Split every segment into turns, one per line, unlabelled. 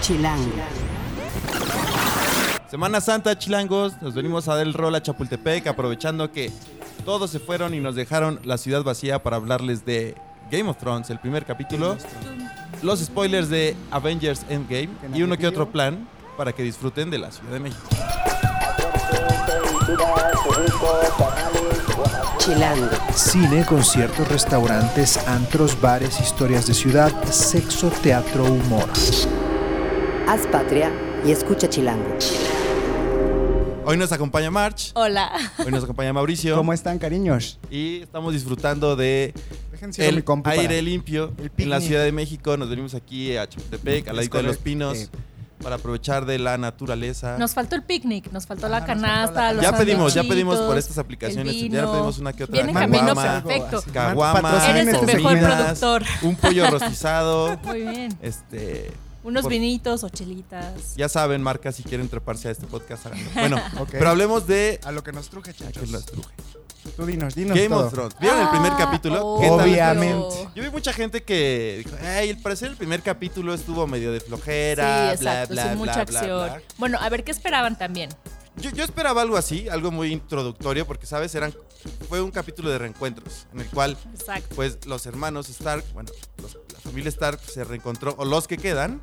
Chilango.
Semana Santa, chilangos. Nos venimos a dar el rol a Chapultepec, aprovechando que todos se fueron y nos dejaron la ciudad vacía para hablarles de Game of Thrones, el primer capítulo, los spoilers de Avengers Endgame y uno que otro plan para que disfruten de la Ciudad de México.
Chilango.
Cine, conciertos, restaurantes, antros, bares, historias de ciudad, sexo, teatro, humor.
Haz patria y escucha Chilango.
Hoy nos acompaña March,
Hola.
hoy nos acompaña Mauricio
¿Cómo están, cariños?
y estamos disfrutando de
Déjense ir a mi
el
compu para-
aire limpio
El
en la
picnic.
Ciudad de México. Nos venimos aquí a Chapultepec, al
Es
ladito de los
correcto.
pinos,
Sí.
para aprovechar de la naturaleza.
Nos faltó el picnic, nos faltó la
faltó la
canasta, los
ya pedimos, ya
sandwichitos,
pedimos por estas
el
aplicaciones,
vino.
ya pedimos una que otra.
Viene camino
caguama,
perfecto.
caguamas,
Eres el
conservitas,
mejor productor.
Un pollo rostizado,
Muy bien.
este,
Unos
Por-
vinitos o chelitas.
ya saben, marcas si quieren treparse a este podcast. háganlo. Bueno,
Ok.
pero hablemos de
A lo que nos truje,
a que
chachos.
nos truje.
Tú dinos, dinos
Game
todo.
of Thrones. ¿Vieron el primer
Ah,
capítulo? ¿Qué tal les pareció?
Obviamente.
Yo vi mucha gente que dijo, ay, al parecer el primer capítulo estuvo medio de flojera,
sí, exacto,
bla, bla,
sin
bla,
mucha
bla,
acción.
bla".
Bueno, a ver qué esperaban también.
Yo, yo esperaba algo así, algo muy introductorio, porque, ¿sabes? Eran, fue un capítulo de reencuentros, en el cual,
Exacto.
pues, los hermanos Stark, bueno, los- la familia Stark se reencontró, o los que quedan,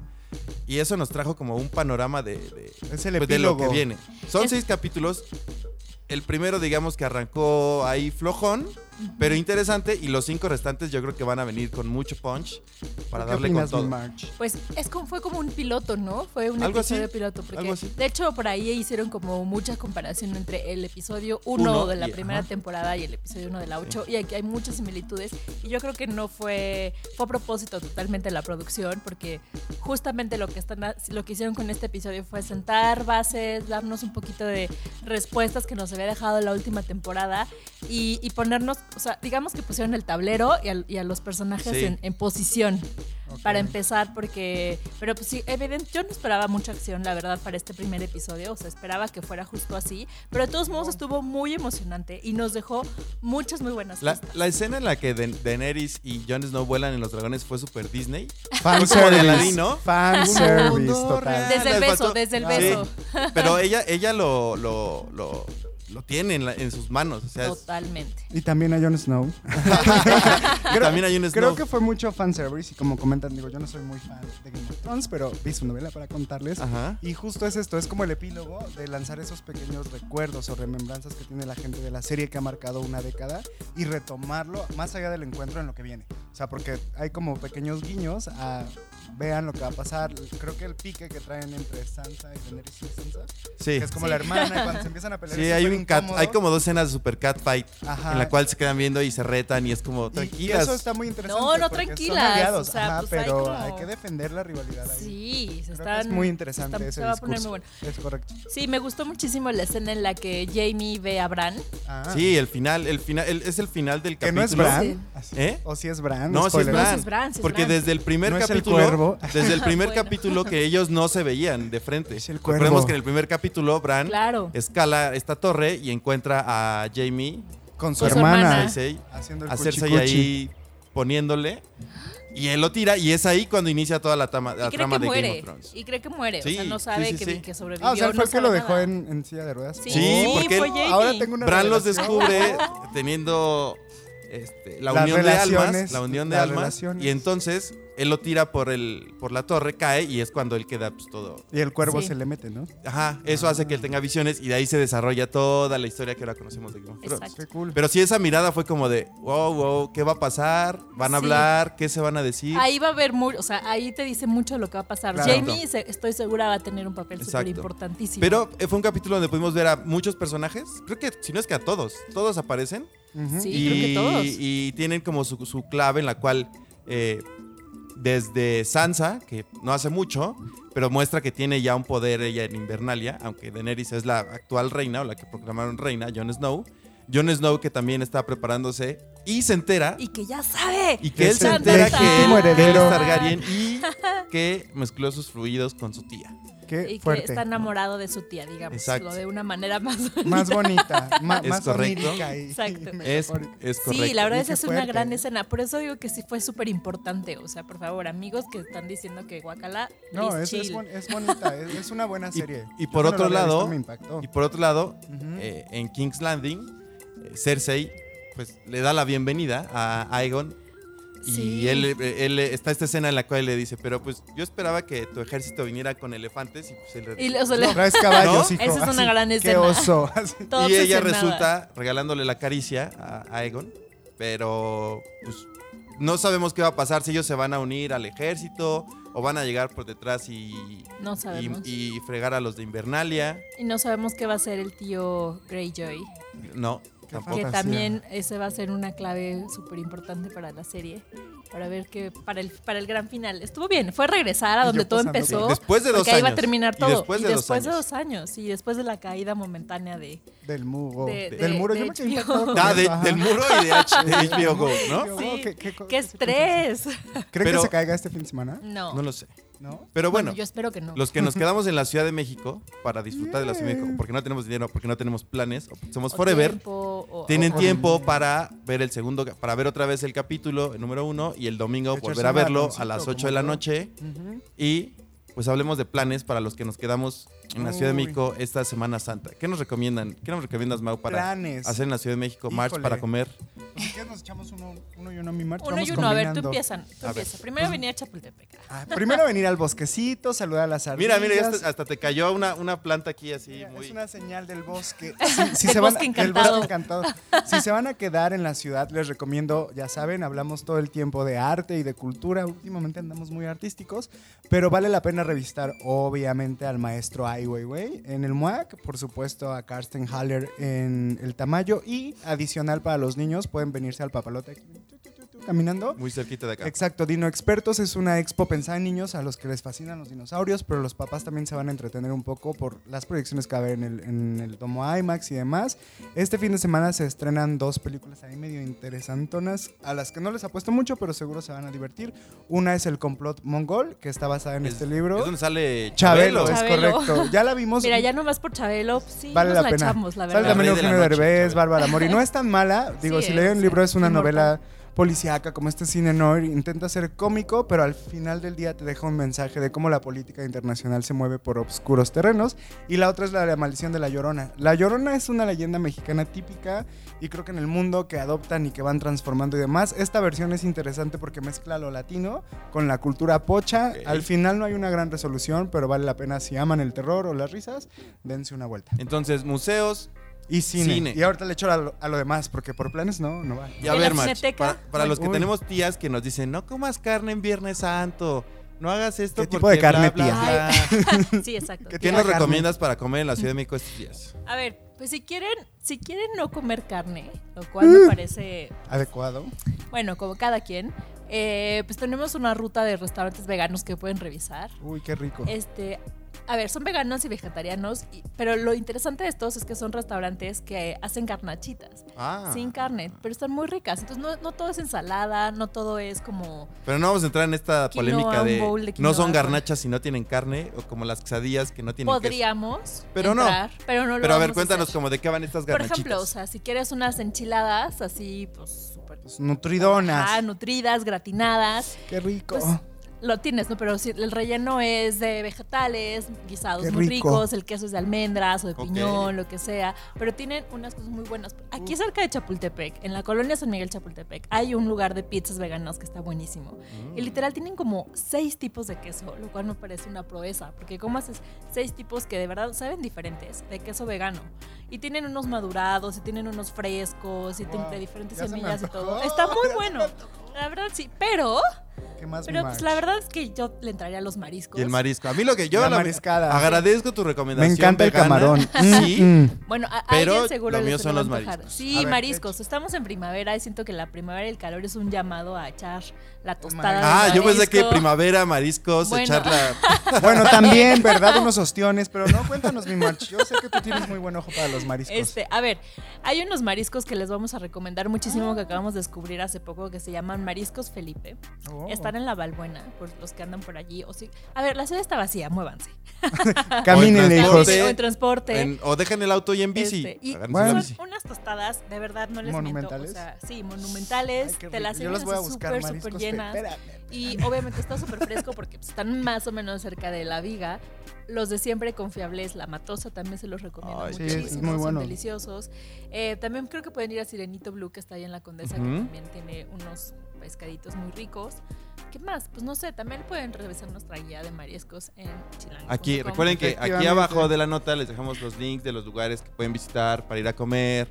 y eso nos trajo como un panorama de, de-
Es el
pues, de lo
epílogo.
que viene. Son
Es-
seis capítulos. El primero, digamos, que arrancó ahí flojón, pero interesante, y los cinco restantes yo creo que van a venir con mucho punch para
¿Qué
darle con
opinas, mi
todo.
March?
Pues es como, fue como un piloto, ¿no? Fue un
Algo
episodio
así,
piloto. Porque,
algo así.
De hecho, por ahí hicieron como mucha comparación entre el episodio
Uno
1 de la
y-
primera
ajá.
temporada y el episodio 1 de la 8. Y aquí hay muchas similitudes. Y yo creo que no fue, fue a propósito totalmente la producción, porque justamente lo que, están, ha- lo que hicieron con este episodio fue sentar bases, darnos un poquito de respuestas que nos había dejado la última temporada y, y ponernos, o sea, digamos que pusieron el tablero y al- y a, los personajes
Sí.
en- en posición para empezar porque pero pues sí evidente yo no esperaba mucha acción la verdad para este primer episodio o sea esperaba que fuera justo así pero de todos modos
Oh.
estuvo muy emocionante y nos dejó muchas muy buenas
La,
pistas
la escena en la que Da- Daenerys y Jon Snow vuelan en los dragones fue super Disney. Fue como de Aladdin,
Fanservice.
¿no?
Fanservice,
Mundo real.
total.
desde el
les
beso
faltó-
desde el
Sí.
beso
Pero ella, ella lo, lo, lo, lo tiene en, la- en sus manos. O sea, es-
totalmente
Y también a Jon Snow.
también hay un
Creo
Snow.
que fue mucho fanservice y como comentan, digo, yo no soy muy fan de Game of Thrones, pero vi su novela para contarles.
Ajá.
Y justo es esto, es como el epílogo de lanzar esos pequeños recuerdos o remembranzas que tiene la gente de la serie que ha marcado una década y retomarlo más allá del encuentro en lo que viene. O sea, porque hay como pequeños guiños a vean lo que va a pasar. Creo que el pique que traen entre Sansa y Daenerys y Sansa,
Sí.
que es como la hermana y cuando se empiezan a pelear
Sí,
es
hay,
súper
un cat-
incómodo.
hay como dos escenas de super cat fight
Ajá.
en la cual se quedan viendo y se retan y es como
Y- y
tranquilas.
eso está muy interesante.
No, no,
porque son
tranquilas,
aliados,
o sea,
ajá,
pues hay
pero
como-
hay, que defender la rivalidad ahí.
sí se
Creo que
están
es muy interesante
están- se
ese
va a poner
discurso.
muy bueno.
Es correcto.
sí me gustó muchísimo la escena en la que Jamie ve a Bran
Ah.
Sí, el final, el final, el- es el final del
Que
capítulo.
no es Bran.
Sí.
Así.
¿Eh?
O si es Bran.
No, sí es
spoiler.
Bran.
No, sí es Bran, sí es
porque
Bran.
desde el primer
No es el
capítulo,
cuervo.
desde el primer
Bueno.
capítulo que ellos no se veían de frente.
Es el cuervo.
Recordemos que en el primer capítulo Bran
Claro.
escala esta torre y encuentra a Jamie,
Con su
Con su
hermana.
hermana.
Cersei,
Haciendo el
a Cersei
cuchicuchi.
ahí poniéndole y él lo tira y es ahí cuando inicia toda la, tama- la
y cree
trama
que
de Game
muere
of Thrones.
y cree que muere
Sí,
o sea no
sí,
sabe
sí,
que,
sí.
que sobrevivió
Ah, o sea, él fue
no
el que
sabe
lo dejó
nada.
en, en silla de ruedas.
sí,
Sí, porque-
fue Jamie.
Ahora tengo una
Bran los
revelación.
descubre teniendo este, la
Las
unión de almas,
relaciones,
la unión de
las
almas
relaciones.
y entonces él lo tira por el por la torre, cae y es cuando él queda pues todo.
Y el cuervo
Sí.
se le mete, ¿no?
Ajá, eso hace que él tenga visiones y de ahí se desarrolla toda la historia que ahora conocemos de Game of Thrones.
Exacto.
Qué cool.
Pero si esa mirada fue como de, wow, wow, ¿qué va a pasar? ¿Van a
Sí.
hablar? ¿Qué se van a decir?
Ahí va a haber mucho, o sea, ahí te dice mucho lo que va a pasar.
Claro.
Jamie, se- estoy segura, va a tener un papel
Exacto.
súper importantísimo.
Pero eh, fue un capítulo donde pudimos ver a muchos personajes. Creo que, si no es que a todos, todos aparecen.
Ujú.
sí,
y,
creo que todos.
y tienen como su, su clave en la cual eh, desde Sansa, que no hace mucho, pero muestra que tiene ya un poder ella en Invernalia, aunque Daenerys es la actual reina o la que proclamaron reina, Jon Snow. Jon Snow que también está preparándose y se entera
y que ya sabe.
y que él se
Tan,
entera
tan,
que él,
legítimo
que él
heredero.
es Targaryen y que mezcló sus fluidos con su tía.
Qué
y
fuerte.
que está enamorado de su tía, digamos,
Exacto.
lo de una manera más
Más bonita, ma-
Es
más
correcto.
onírica y,
Exacto.
y
Es,
metafórica.
es correcto.
Sí, la verdad
Y
es que
qué
es una
fuerte.
gran escena. Por eso digo que sí fue súper importante. O sea, por favor, amigos que están diciendo que Guacala
No,
es,
es, es
chill.
bon- es bonita, es, es una buena
Y-
serie.
y
Yo
por
cuando
otro
la había visto
lado-
me impactó.
Y por otro lado,
Ujú.
eh, en King's Landing, eh, Cersei pues, le da la bienvenida a Aegon. Y
Sí.
él, eh, él, eh, está esta escena en la cual le dice, pero pues yo esperaba que tu ejército viniera con elefantes y pues él
Y le- o sea, le-
No, traes caballos,
¿No?
hijo.
Esa es una gran
qué
escena.
oso. así.
toda
y ella
obsesionada.
resulta regalándole la caricia a a Aegon, pero pues no sabemos qué va a pasar, si ellos se van a unir al ejército o van a llegar por detrás y,
No
y,
sabemos. Y,
y fregar a los de Invernalia.
no sabemos qué va a ser el tío Greyjoy.
No,
Que
Fantasía.
tampoco.
también ese va a ser una clave súper importante para la serie. Para ver que para el, para el gran final. Estuvo bien. Fue regresar a
Y
donde
yo
todo
pasando-
Sí,
empezó.
Después de dos
porque ahí
años.
va a terminar
Y
todo.
después de dos años.
años, Y después de la caída momentánea de.
Del muro.
De-
del
de-
muro.
de
yo me quedé
HBO.
impactado con
Ah,
eso,
de-
ajá.
del muro y de, H, de HBO Go, ¿no?
Yo, wow,
Sí.
qué- qué co-
¡Qué
qué sensación.
estrés!
¿Creen
Pero-
que se caiga este fin de semana?
No.
No lo sé.
¿No?
Pero bueno,
yo espero que no.
los que nos quedamos en la Ciudad de México para disfrutar de la Ciudad de México, porque no tenemos dinero, porque no tenemos planes, o porque somos
O
forever,
tiempo, o-
tienen
o-
tiempo para ver el segundo, para ver otra vez el capítulo el número uno y el domingo
Echarse
volver a
un
verlo a
maratoncito,
las 8
como
de la
yo.
noche. Y pues hablemos de planes para los que nos quedamos en la Ciudad de
Uy.
México esta Semana Santa. ¿Qué nos recomiendan? ¿Qué nos recomiendas, Mau, para
Planes.
hacer en la Ciudad de México? March
Híjole.
para comer.
Pues, si quieres nos echamos uno, uno y uno a mi marcha.
Uno
vamos
y uno, a ver, tú
combinando.
empiezan. Tú
A ver.
empieza. Primero venía a Chapultepec.
Ah, primero venir al bosquecito, saludar a las ardillas.
Mira, mira, ya hasta, hasta te cayó una, una planta aquí así
Mira,
muy...
Es una señal del bosque. Si, si
Del
se van,
bosque
del bosque
encantado.
encantado. Si se van a quedar en la ciudad, les recomiendo, ya saben, hablamos todo el tiempo de arte y de cultura. Últimamente andamos muy artísticos, pero vale la pena revisitar, obviamente, al maestro Ai Weiwei en el MUAC, por supuesto, a Karsten Haller en el Tamayo y adicional para los niños, pueden venirse al papalote aquí, tu, tu, tu, tu, caminando.
Muy cerquita de acá.
Exacto, Dino Expertos es una expo pensada en niños a los que les fascinan los dinosaurios, pero los papás también se van a entretener un poco por las proyecciones que va a haber en el, en el domo IMAX y demás. Este fin de semana se estrenan dos películas ahí medio interesantonas, a las que no les apuesto mucho, pero seguro se van a divertir. Una es El Complot Mongol, que está basada en
Es-
este libro.
Es donde sale Chabelo.
Chabelo,
Chabelo.
es correcto. Ya la vimos.
Mira, ya nomás por Chabelo, sí,
Vale
nos
la
la,
pena.
echamos, la
Sale
verdad.
también
Rey de la
Eugenio
noche,
Derbez,
Chabelo.
Bárbara Mori. No es tan mala. Digo,
Sí,
si leen
es,
el libro,
es
es una
inmortal.
novela policíaca como este cine noir. Intenta ser cómico, pero al final del día te deja un mensaje de cómo la política internacional se mueve por obscuros terrenos. Y la otra es la de la maldición de La Llorona. La Llorona es una leyenda mexicana típica y creo que en el mundo que adoptan y que van transformando y demás. Esta versión es interesante porque mezcla lo latino con la cultura pocha.
Ok.
Al final no hay una gran resolución, pero vale la pena si aman el terror o las risas, dense una vuelta.
Entonces, museos.
Y cine.
Cine.
Y ahorita le echo a lo, a lo demás, porque por planes no, no va.
Y a
¿En
ver,
la
March,
Cineteca?
para, para los que
Uy.
tenemos tías que nos dicen, no comas carne en Viernes Santo, no hagas esto
¿Qué tipo
porque
de carne,
bla, bla,
tía?
bla".
Sí, exacto.
¿Qué
¿Qué Tía
nos
carne.
recomiendas para comer en la Ciudad de México estos días?
A ver, pues si quieren, si quieren no comer carne, lo cual me
Mm.
parece,
Adecuado.
bueno, como cada quien, eh, pues tenemos una ruta de restaurantes veganos que pueden revisar.
Uy, qué rico.
Este, a ver, son veganos y vegetarianos, y- pero lo interesante de estos es que son restaurantes que hacen garnachitas
Ah,
sin carne, pero están muy ricas. Entonces no, no todo es ensalada, no todo es como
pero no vamos a entrar en esta
Quinoa,
polémica
un
de,
bowl de
no son
quinoa.
garnachas si no tienen carne o como las quesadillas que no tienen queso.
podríamos,
Pero no.
entrar, pero no. lo
Pero a ver,
vamos
cuéntanos
hacer.
como de qué van estas
Por
garnachitas.
ejemplo, o sea, si quieres unas enchiladas así, pues súper
Pues, nutridonas.
Ah, nutridas, gratinadas.
qué rico.
Pues, lo tienes, ¿no? Pero si el relleno es de vegetales, guisados
Qué
muy
rico.
ricos, el queso es de almendras o de
Ok.
piñón, lo que sea. Pero tienen unas cosas muy buenas. Aquí cerca de Chapultepec, en la colonia San Miguel Chapultepec, hay un lugar de pizzas veganas que está buenísimo. Y literal tienen como seis tipos de queso, lo cual me parece una proeza, porque cómo haces seis tipos que de verdad saben diferentes de queso vegano. Y tienen unos madurados, y tienen unos frescos, y
Wow,
tienen de diferentes
ya se me
semillas y todo.
antojó.
Está muy
Ya se
bueno. La verdad sí, pero,
¿Qué más
pero pues
March?
la verdad es que yo le entraría a los mariscos.
Y el marisco. A mí lo que yo
La
la-
mariscada.
agradezco tu
Me
recomendación.
encanta el
vegana.
camarón.
Sí,
Mm, mm.
Bueno, a, a
Pero
alguien seguro
lo
le
mío
se
son
le va a
los
antojar.
mariscos.
Sí,
A ver,
mariscos. Estamos en primavera y siento que la primavera y el calor es un llamado a echar la tostada.
marisco.
de
Ah, yo pensé que
marisco.
primavera, mariscos,
Bueno.
echar la,
Bueno, también, ¿verdad? Unos ostiones, pero no, cuéntanos mi march. Yo sé que tú tienes muy buen ojo para los mariscos.
Este, a ver, hay unos mariscos que les vamos a recomendar muchísimo que acabamos de descubrir hace poco que se llaman Mariscos Felipe.
Oh.
Están en la Balbuena, por los que andan por allí. O si- a ver, la ciudad está vacía, muévanse.
Caminen,
Oye,
hijos.
transporte.
O en transporte.
En- o dejen el auto y en bici.
Este, y
Háganse
Bueno.
la
son
bici.
unas tostadas, de verdad, no les
¿Monumentales?
miento. O sea, sí, monumentales.
Ay, qué
te las
rico. Yo los
sirven
voy a
así
buscar
súper,
mariscos.
súper llenas.
Espérame.
Y obviamente está súper fresco porque pues, están más o menos cerca de la viga. Los de siempre confiables, la matosa, también se los recomiendo
Ay, sí,
muchísimo.
es muy bueno.
Son deliciosos. Eh, también creo que pueden ir a Sirenito Blue, que está ahí en la Condesa,
Ujú.
que también tiene unos pescaditos muy ricos. ¿Qué más? Pues no sé, también pueden revisar nuestra guía de mariscos en chilango.com.
Aquí, recuerden que aquí
Efectivamente.
abajo de la nota les dejamos los links de los lugares que pueden visitar para ir a comer.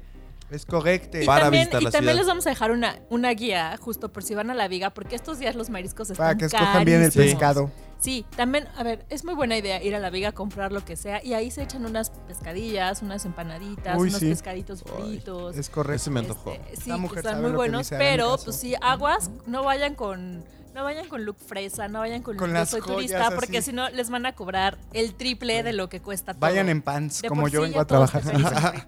Es correcto.
Y
para
también,
visitar
y
la
también
ciudad.
les vamos a dejar una, una guía justo por si van a la viga, porque estos días los mariscos están
Para que escojan bien el
carísimos.
pescado.
Sí, también, a ver, es muy buena idea ir a la viga a comprar lo que sea y ahí se echan unas pescadillas, unas empanaditas,
Uy,
unos
sí.
pescaditos
Ay,
fritos.
Es correcto.
Ese me antojó.
Este, sí,
La mujer
están
sabe
muy
lo que
buenos,
dice, hagan
pero
caso.
pues sí, aguas, no vayan con no vayan con look fresa, no vayan con,
Con
look yo
las
soy turista,
joyas
porque
así.
si no les van a cobrar el triple de lo que cuesta todo.
Vayan en pants,
De
como
por
yo
sí
vengo
ya
a trabajar.
todos preferimos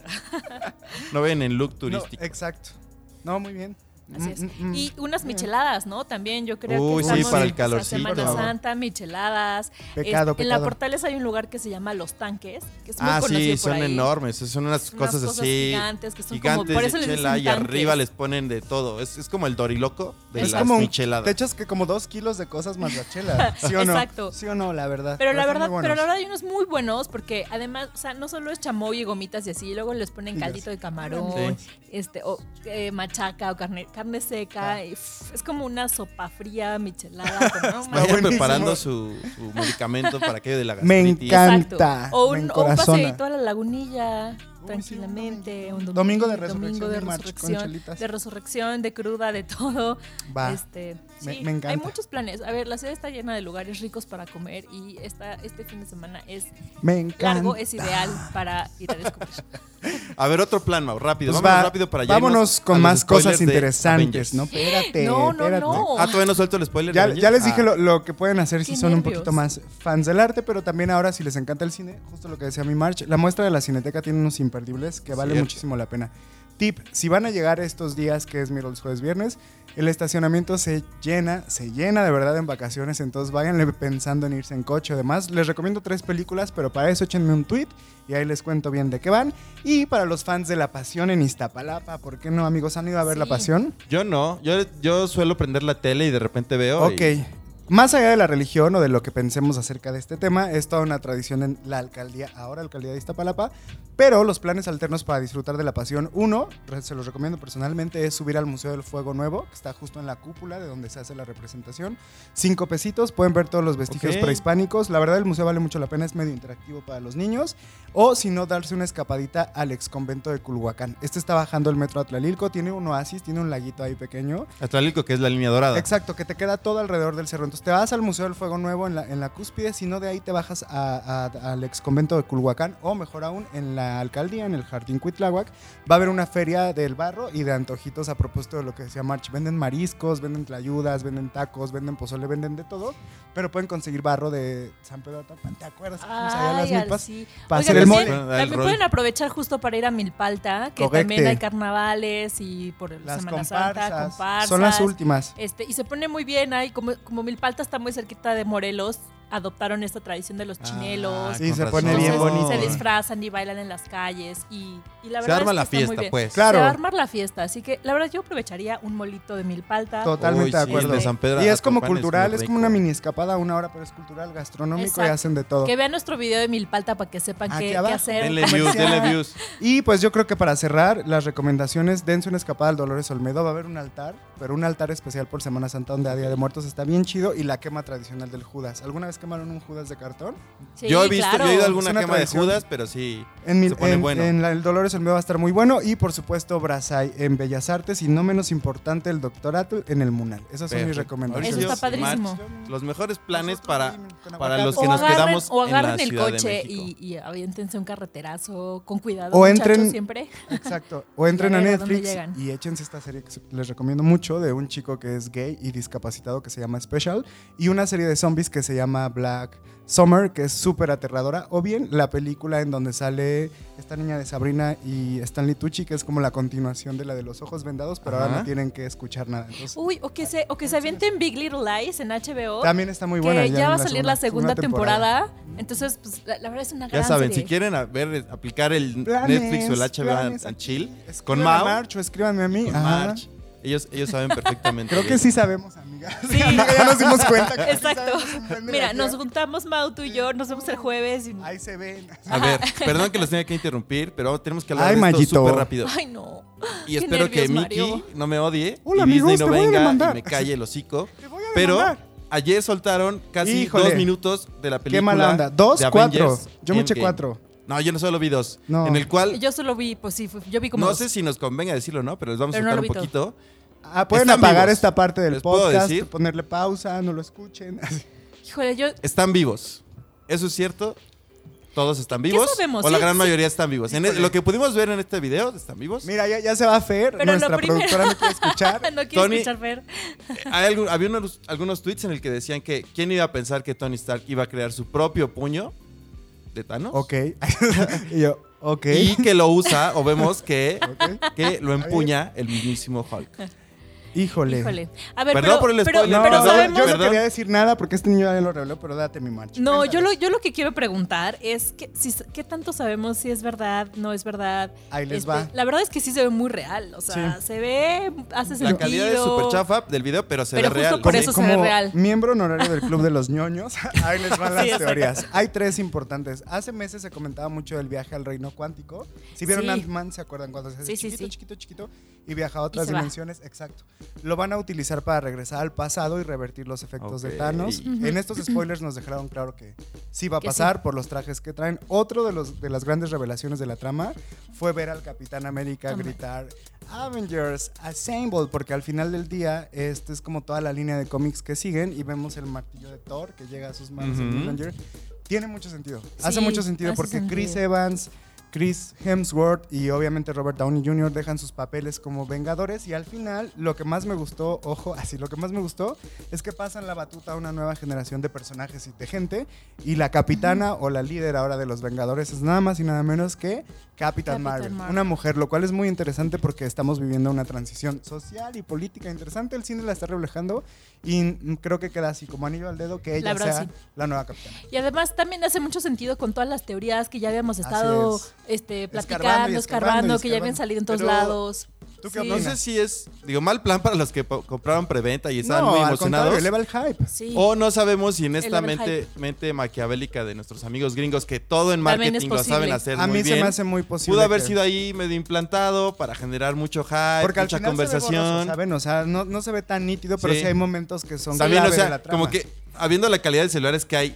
No ven en look
No,
turístico.
exacto. No, muy bien.
Así es.
Mm, mm, mm.
Y unas micheladas, ¿no? También yo creo
Uy,
que
sí,
estamos
para el
en esa
calorcito.
Por
Semana
favor.
Santa, micheladas.
Pecado,
Este, En la
pecado.
Portales hay un lugar que se llama Los Tanques, que es muy
Ah,
conocido
sí,
por
son
ahí.
enormes. Son unas,
Unas
cosas,
cosas
así.
gigantes que son como-
gigantes
por eso
de
les dicen
chela y
tanques.
arriba les ponen de todo. Es, es como el doriloco de
es
las
como un-
micheladas.
Te echas que como dos kilos de cosas más la chela. ¿Sí o no?
Exacto.
Sí o no, la verdad.
Pero la
están
verdad,
muy
pero la verdad
buenos.
hay unos muy buenos porque además, o sea, no solo es chamoy y gomitas y así, y luego les ponen
Y las-
caldito de camarón,
Sí.
este, o eh, machaca o carne, carne seca,
Ah.
y, pff, es como una sopa fría, michelada, con- no,
Vayan
buenísimo.
preparando su, su medicamento para aquello de la
Me
gastritis.
encanta.
Exacto.
Canta,
O un,
me
o un
encorazona.
paseíto a la lagunilla,
sí,
tranquilamente.
un
un domingo,
domingo de
domingo
resurrección,
de
mi March, con
resurrección,
chelitas.
de resurrección, de cruda, de todo.
Va.
Este,
Me-
sí,
me encanta.
Hay muchos planes. A ver, la ciudad está llena de lugares ricos para comer y esta, este fin de semana es
Me encanta.
largo, es ideal para ir a descubrir.
A ver, otro plan, Mau, rápido.
Pues
vámonos
va,
rápido para allá.
vámonos con más cosas interesantes, ¿no? Espérate,
No, no,
espérate.
no.
Ah, todavía no suelto el spoiler. de
Ya,
Avengers?
ya les
Ah.
dije lo, lo que pueden hacer si
Qué
son un
nervios.
poquito más fans del arte, pero también ahora si les encanta el cine, justo lo que decía mi March, la muestra de la Cineteca tiene unos imperdibles que vale
Cierto.
muchísimo la pena. Tip, si van a llegar estos días, que es miércoles, jueves, viernes, el estacionamiento se llena, se llena de verdad en vacaciones, entonces váyanle pensando en irse en coche. Además, les recomiendo tres películas, pero para eso échenme un tweet y ahí les cuento bien de qué van. Y para los fans de La Pasión en Iztapalapa, ¿por qué no, amigos? ¿Han ido a ver La
Sí.
Pasión?
Yo no. Yo, yo suelo prender la tele y de repente veo. y-
Ok. Más allá de la religión o de lo que pensemos acerca de este tema, es toda una tradición en la alcaldía, ahora alcaldía de Iztapalapa, pero los planes alternos para disfrutar de la pasión, uno, re- se los recomiendo personalmente, es subir al Museo del Fuego Nuevo, que está justo en la cúpula de donde se hace la representación. Cinco pesitos, pueden ver todos los vestigios
Ok.
prehispánicos, la verdad el museo vale mucho la pena, es medio interactivo para los niños, o si no, darse una escapadita al exconvento de Culhuacán. Este está bajando el metro Atlalilco, tiene un oasis, tiene un laguito ahí pequeño,
Atlántico, que es la línea dorada.
Exacto, que te queda todo alrededor del cerro. Entonces te vas al Museo del Fuego Nuevo en la, en la cúspide, si no de ahí te bajas a- a- al ex convento de Culhuacán o mejor aún en la alcaldía, en el Jardín Cuitláhuac. Va a haber una feria del barro y de antojitos a propósito de lo que decía March. Venden mariscos, venden tlayudas, venden tacos, venden pozole, venden de todo, pero pueden conseguir barro de San Pedro Atapán. ¿Te acuerdas? que fuimos allá a
Ay, al
milpas?
sí.
para
Oigan,
hacer el
también-
mole. Al
También
rol.
pueden aprovechar justo para ir a Milpalta, que
Correcte.
también hay carnavales y por la
Las
Semana Santa,
comparsas.
comparsas.
Son las últimas.
Este, y se pone muy bien ahí, como, como Milpalta está muy cerquita de Morelos, adoptaron esta tradición de los
Ah,
chinelos.
Sí,
con
se pone bien
Entonces,
bonito. ¿eh?
Se disfrazan y bailan en las calles y, y la verdad
Se arma
es que
la
está muy
fiesta,
bien.
pues.
Claro.
Se va a armar la fiesta, así que la verdad yo aprovecharía un molito de Milpalta.
Totalmente
Uy,
de
sí,
acuerdo.
el de San Pedro
y es como
Atapán es muy
cultural, es,
rico.
como una mini escapada, una hora, pero es cultural, gastronómico y
Exacto.
hacen de todo. Ah,
Que vean nuestro video de Milpalta para que sepan
Aquí
qué, qué
abajo.
hacer.
Denle views, denle views.
Y pues yo creo que para cerrar, las recomendaciones, dense una escapada al Dolores Olmedo, va a haber un altar, pero un altar especial por Semana Santa donde a Día de Muertos está bien chido y la quema tradicional del Judas. ¿Alguna vez quemaron un Judas de cartón?
Sí,
yo he visto,
claro.
yo he ido a
Es
alguna
una
quema de
tradición.
Judas, pero sí.
En, mi-
Se pone
en-
bueno.
en la- el Dolores Olmedo va a estar muy bueno y por supuesto Brasay en Bellas Artes y no menos importante el doctorato en el Munal. Esas son mis
Perfecto.
recomendaciones.
Eso está
Mauricio,
padrísimo.
March, Los mejores planes para,
Nosotros ahí,
para
con
los
o
que nos
agarren,
quedamos
o
en la
agarren el
Ciudad de
coche
México.
y, y aviéntense un carreterazo con cuidado
O
muchachos,
entren-
siempre
Exacto. O entren a
Ya veo dónde
Netflix
llegan.
y échense esta serie que se- les recomiendo mucho. mucho de un chico que es gay y discapacitado que se llama Special y una serie de zombies que se llama Black Summer, que es súper aterradora, o bien la película en donde sale esta niña de Sabrina y Stanley Tucci, que es como la continuación de la de los ojos vendados, pero ahora
Ajá.
no tienen que escuchar nada. Entonces,
Uy, o que se, o que se avienten Big Little Lies en HBO.
también está muy buena.
que ya,
en
va a salir la segunda, temporada.
temporada.
Entonces, pues, la, la verdad es una gran
Ya saben,
serie.
si quieren a ver, eh, aplicar el
Planes,
Netflix o el HBO
planes.
al chill, con
Escríbanme a
Mao,
March o escríbanme a mí.
con
Ajá.
March, ellos, ellos saben perfectamente.
Creo
bien.
que sí sabemos, amiga.
Sí.
Amiga, ya nos dimos cuenta. que sí
Exacto.
sabemos un buen de
Mira,
la
nos
vida.
juntamos Mau, tú y yo, nos vemos el jueves. y-
Ahí se ven.
A ver, perdón que los tenga que interrumpir, pero tenemos que hablar
Ay,
de esto
Mayito.
súper rápido.
Ay, no.
Y
qué
espero que
nervios,
Mickey
Mario.
no me odie
Hola,
y Disney
amigos,
no
te voy a
venga
demandar.
y me calle el hocico.
Te voy a
Pero
demandar.
ayer soltaron casi
Híjole.
dos minutos de la película.
Qué mala onda. Dos,
de
cuatro.
Avengers
Yo me eché
Endgame.
cuatro.
No, yo no solo vi dos.
No.
En el cual,
Yo solo vi, pues sí, fue- yo vi como.
no
dos.
sé si nos convenga decirlo o no, pero les vamos
Pero no
a
lo
contar
vi
un poquito.
Ah, pueden
Están
apagar
vivos.
esta parte del
¿Les puedo
podcast,
decir?
ponerle pausa, no lo escuchen.
Híjole, yo.
Están vivos. ¿Eso es cierto? ¿Todos están vivos?
sabemos?
¿O la
Sí,
gran
sí.
mayoría están vivos? En el-
Híjole.
lo que pudimos ver en este video, ¿están vivos?
Mira, ya, ya se va a Fer,
Pero
nuestra
lo primero-
productora no quiere escuchar.
No quiero
Tony-
escuchar ver.
Eh, Hay algún- había unos, algunos tweets en el que decían que quién iba a pensar que Tony Stark iba a crear su propio puño de Thanos.
Ok. y yo, ok.
Y que lo usa, o vemos que,
Ok.
que lo empuña el mismísimo Hulk.
Híjole.
Híjole. A ver,
Perdón
pero,
por el
pero-
spoiler,
No,
pero
yo-
sabemos.
yo no
Perdón.
quería decir nada porque este niño ya lo reveló, pero date mi marcha.
No, yo lo, yo lo que quiero preguntar es que, si, qué tanto sabemos si es verdad, no es verdad.
Ahí les
Este,
va.
La verdad es que sí se ve muy real, o sea,
Sí.
se ve, hace sentido.
La calidad es súper chafa del video, pero se
Pero
ve
justo
real.
por
Sí.
eso se ve real.
miembro honorario del Club de los Ñoños, ahí les van las
Sí, exacto.
teorías. Hay tres importantes. Hace meses se comentaba mucho del viaje al reino cuántico. Si vieron
Sí.
Ant-Man, ¿se acuerdan cuando se hace
Sí, sí,
chiquito,
sí.
chiquito, chiquito? Y viaja a otras
se va.
dimensiones. Exacto. Lo van a utilizar para regresar al pasado y revertir los efectos
Ok.
de Thanos.
Ujú.
En estos spoilers nos dejaron claro que sí va a
Que sí.
pasar por los trajes que traen. Otro de, los, de las grandes revelaciones de la trama fue ver al Capitán América
Amén.
gritar Avengers Assemble, porque al final del día este es como toda la línea de cómics que siguen y vemos el martillo de Thor que llega a sus manos en
Ujú.
New Avenger. Tiene mucho sentido. hace
Sí,
mucho sentido
hace
porque Chris
sentido.
Evans, Chris Hemsworth y obviamente Robert Downey Jr. dejan sus papeles como vengadores y al final lo que más me gustó, ojo, así lo que más me gustó es que pasan la batuta a una nueva generación de personajes y de gente y la capitana o la líder ahora de los vengadores es nada más y nada menos que Capitán
Capitán
Marvel,
Marvel.
una mujer, lo cual es muy interesante porque estamos viviendo una transición social y política interesante, el cine la está reflejando y mm, creo que queda así como anillo al dedo que
La
ella
verdad,
sea
sí.
la nueva capitana.
Y además también hace mucho sentido con todas las teorías que ya habíamos estado
Así
este, platicando, escarbando,
Escarbando y escarbando y
que ya habían
escarbando.
salido en todos
Pero,
lados.
¿tú
sí.
qué
No sé si es, digo, mal plan para los que po- compraron preventa y estaban
no,
muy
al contrario,
emocionados.
eleva el hype.
Sí.
O no sabemos si en esta
Level
mente, mente maquiavélica de nuestros amigos gringos, que todo en
También
marketing
es
lo saben
posible.
hacer
A
muy
mí
bien,
se me hace muy posible.
pudo haber
que-
sido ahí medio implantado para generar mucho hype,
porque al
mucha
final se ve
conversación.
borroso, ¿saben? O sea, no, no se ve tan nítido, pero
Sí.
sí hay momentos que son
También, o
clave de
sea,
la trama.
como que habiendo la calidad de celulares que hay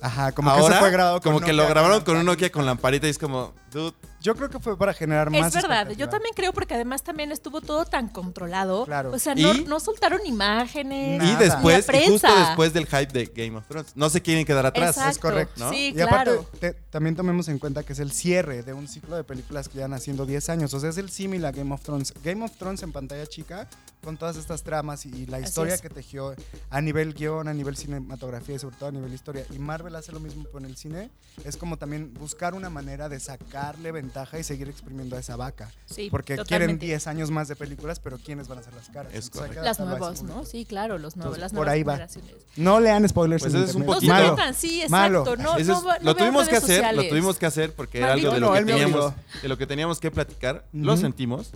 Ajá, como que
ahora,
eso fue grabado con
como que lo
Nokia,
grabaron con
la
un Nokia con lamparita y es como, dude,
Yo creo que fue para generar más.
Es verdad, yo
expectativa.
también creo porque además también estuvo todo tan controlado.
Claro.
O sea, no,
Y-
no soltaron imágenes.
Nada.
y después,
La
y justo
prensa.
después del hype de Game of Thrones, no se quieren quedar atrás.
Exacto.
es correcto,
¿no?
Sí,
y aparte,
claro.
te- también tomemos en cuenta que es el cierre de un ciclo de películas que llevan haciendo 10 años. O sea, es el símil a Game of Thrones. Game of Thrones en pantalla chica, con todas estas tramas y, y la
Así
historia
es.
que tejió a nivel guión, a nivel cinematografía y sobre todo a nivel historia. Y Marvel hace lo mismo con el cine. Es como también buscar una manera de sacarle ventaja y seguir exprimiendo a esa vaca.
Sí,
Porque quieren
totalmente.
10 años más de películas, pero ¿quiénes van a hacer las caras?
Es
Entonces, hay que
Las
adaptarlo a
nuevas,
ese
¿no?
público.
Sí, claro, los nuevos,
Entonces,
las
por
nuevas
ahí va.
generaciones.
No lean spoilers.
Pues
en
ese es un
internet.
No se
poquito-
Malo.
metan, sí,
Malo.
exacto. No,
Eso es-
no, va-
lo
no vean
tuvimos que
redes
hacer, lo
sociales.
tuvimos que hacer porque era algo de
Maldito
lo, que
él me
teníamos,
obligó.
de lo que teníamos que platicar. Lo
Ujú.
sentimos,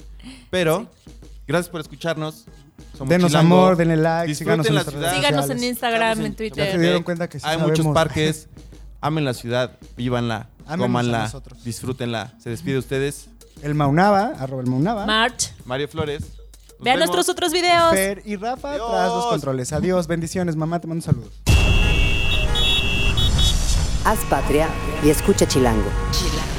pero gracias por escucharnos. Somos
Denos
Chilango.
amor, denle like, síganos
Disfruten
en
la
nuestras
ciudad.
redes
Síganos en
sociales.
Instagram,
Estamos
en
Ya se
Twitter.
dieron cuenta que sí
Hay
sabemos.
muchos parques. Amen la ciudad, vívanla,
Ámenos a
cómanla,
nosotros.
disfrútenla. Se despide de ustedes.
El Maunaba, arroba el Maunaba.
March.
Mario Flores. Nos
Vean
vemos.
nuestros otros videos.
Fer y Rafa
Adiós.
tras los controles. Adiós, bendiciones, mamá, te mando saludos.
Haz patria y escucha Chilango.
Chila.